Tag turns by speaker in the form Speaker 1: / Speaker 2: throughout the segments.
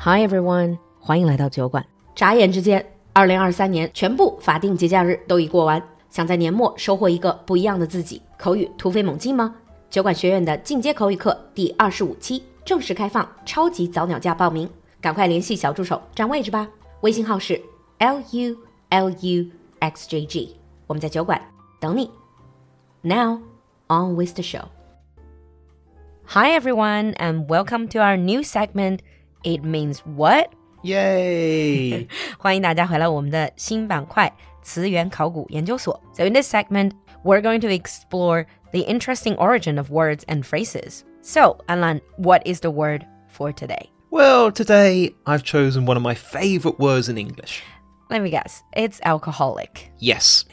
Speaker 1: Hi everyone，欢迎来到酒馆。眨眼之间，二零二三年全部法定节假日都已过完，想在年末收获一个不一样的自己，口语突飞猛进吗？酒馆学院的进阶口语课第二十五期正式开放，超级早鸟价报名，赶快联系小助手占位置吧。微信号是 l u l u x j g，我们在酒馆等你。Now on with the show. Hi everyone, and welcome to our new segment. It means what?
Speaker 2: 耶！
Speaker 1: 欢迎大家回来我们的新板块词源考古研究所。So in this segment, we're going to explore the interesting origin of words and phrases. So, Alan, what is the word for today?
Speaker 2: Well, today I've chosen one of my favourite words in English.
Speaker 1: Let me guess, it's alcoholic.
Speaker 2: Yes,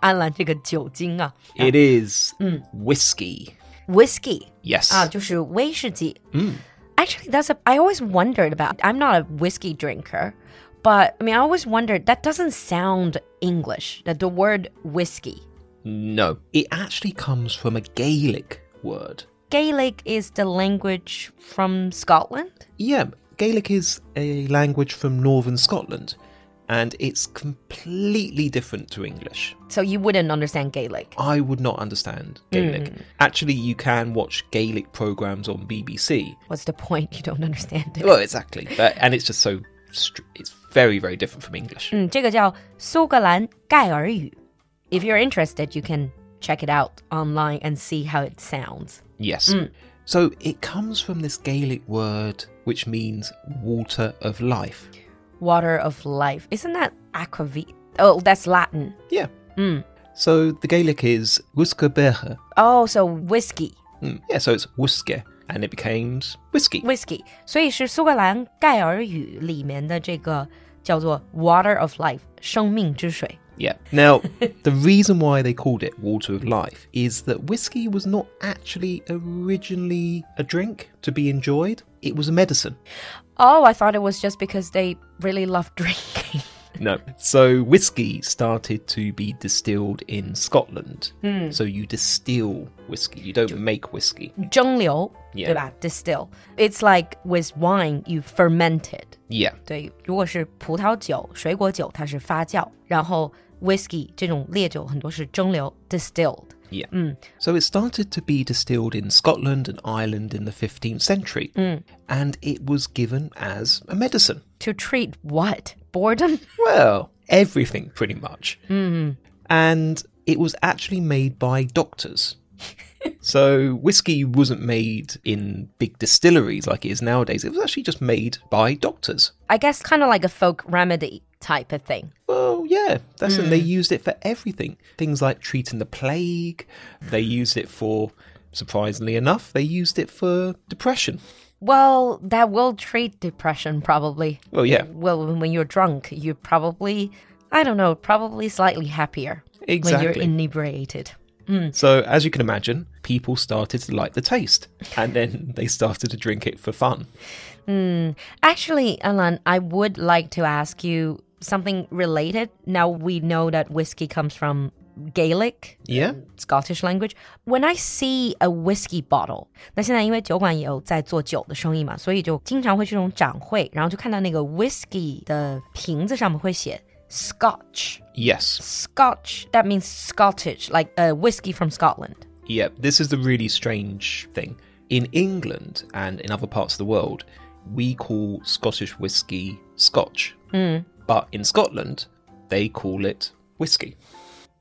Speaker 1: 安澜这个酒精啊
Speaker 2: it is whiskey.
Speaker 1: ，whiskey
Speaker 2: Yes.
Speaker 1: 啊，Ah, 就是威士忌。
Speaker 2: Mm.
Speaker 1: Actually, that's a I always wondered about. I'm not a whiskey drinker, but I mean, I always wondered that doesn't sound English. That the word whiskey.
Speaker 2: No, it actually comes from a Gaelic word.
Speaker 1: Gaelic is the language from Scotland.
Speaker 2: Yeah, Gaelic is a language from northern Scotland, and it's completely different to English.
Speaker 1: So you wouldn't understand Gaelic.
Speaker 2: I would not understand Gaelic. Actually, you can watch Gaelic programs on BBC.
Speaker 1: What's the point? You don't understand it.
Speaker 2: Well, exactly, but, and it's just so str- it's very, very different from English.
Speaker 1: Mm, 嗯，这个叫苏格兰盖尔语。If you're interested, you can check it out online and see how it sounds.
Speaker 2: Yes. So it comes from this Gaelic word which means water of life.
Speaker 1: Water of life. Isn't that aquavit? Oh, that's Latin.
Speaker 2: Yeah. Mm. So the Gaelic is wuska berha.
Speaker 1: Oh, so whiskey.
Speaker 2: Mm. Yeah, so it's wuske and it becomes whiskey.
Speaker 1: Whiskey. 所以是苏格兰盖尔语里面的这个叫做 water of life, 生命之水.
Speaker 2: Yeah. Now, the reason why they called it water of life is that whiskey was not actually originally a drink to be enjoyed, it was a medicine.
Speaker 1: Oh, I thought it was just because they really love drinking.
Speaker 2: No. So whiskey started to be distilled in Scotland. So you distill whiskey, you don't make whiskey.
Speaker 1: 蒸馏,
Speaker 2: Yeah.
Speaker 1: 对吧? Distill. It's like with wine, you ferment it.
Speaker 2: Yeah.
Speaker 1: 对，如果是葡萄酒、水果酒，它是发酵，然后 whiskey 这种烈酒很多是蒸馏 distilled。
Speaker 2: Yeah. So it started to be distilled in Scotland and Ireland in the 15th century, and it was given as a medicine.
Speaker 1: To treat what? Boredom?
Speaker 2: Well, everything pretty much. And it was actually made by doctors. so whiskey wasn't made in big distilleries like it is nowadays. It was actually just made by doctors.
Speaker 1: I guess kind of like a folk remedy type of thing.
Speaker 2: Well, yeah, that's and they used it for everything. Things like treating the plague. They used it for, surprisingly enough, they used it for depression.
Speaker 1: Well, that will treat depression probably.
Speaker 2: Well, yeah,
Speaker 1: well when you're drunk you're probably i don't know probably slightly happier when
Speaker 2: Exactly.
Speaker 1: you're inebriated
Speaker 2: So, as you can imagine, people started to like the taste and then they started to drink it for fun.
Speaker 1: actually alan i would like to ask you something related now we know that whiskey comes from gaelic
Speaker 2: Yeah.
Speaker 1: Scottish language. When I see a whiskey bottle，那现在因为酒馆也有在做酒的生意嘛，所以就经常会去这种展会，然后就看到那个 whiskey 的瓶子上面会写 Scotch。
Speaker 2: Yes.
Speaker 1: Scotch that means Scottish, like a whiskey from Scotland.
Speaker 2: Yeah. This is the really strange thing. In England and in other parts of the world, we call Scottish whiskey Scotch. But in Scotland, they call it whiskey.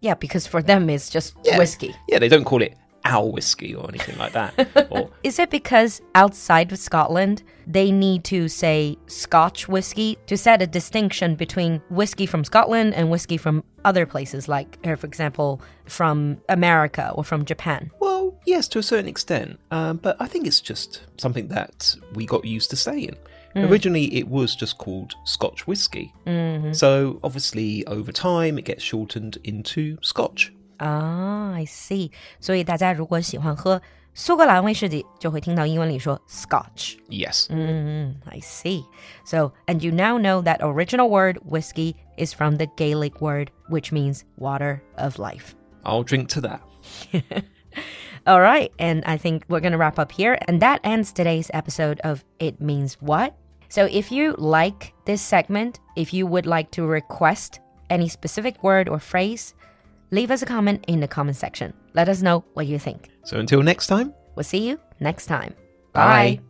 Speaker 1: Yeah, because for them it's just
Speaker 2: Yeah.
Speaker 1: whiskey.
Speaker 2: Yeah, they don't call it our whiskey or anything like that. or
Speaker 1: Is it because outside of Scotland they need to say Scotch whiskey to set a distinction between whiskey from Scotland and whiskey from other places, like, uh, for example, from America or from Japan?
Speaker 2: Well, yes, to a certain extent, um, but I think it's just something that we got used to saying. Originally, it was just called Scotch whiskey. So, obviously, over time, it gets shortened into Scotch.
Speaker 1: 啊、i Ah, see。所以大家如果喜欢喝苏格兰威士忌，就会听到英文里说 Scotch。
Speaker 2: Yes.
Speaker 1: Mm, I see. So, and you now know that original word whiskey is from the Gaelic word, which means water of life.
Speaker 2: I'll drink to that.
Speaker 1: All right, and I think we're going to wrap up here. And that ends today's episode of It Means What. So if you like this segment, if you would like to request any specific word or phrase, leave us a comment in the comment section. Let us know what you think.
Speaker 2: So until next time,
Speaker 1: We'll see you next time.
Speaker 2: Bye.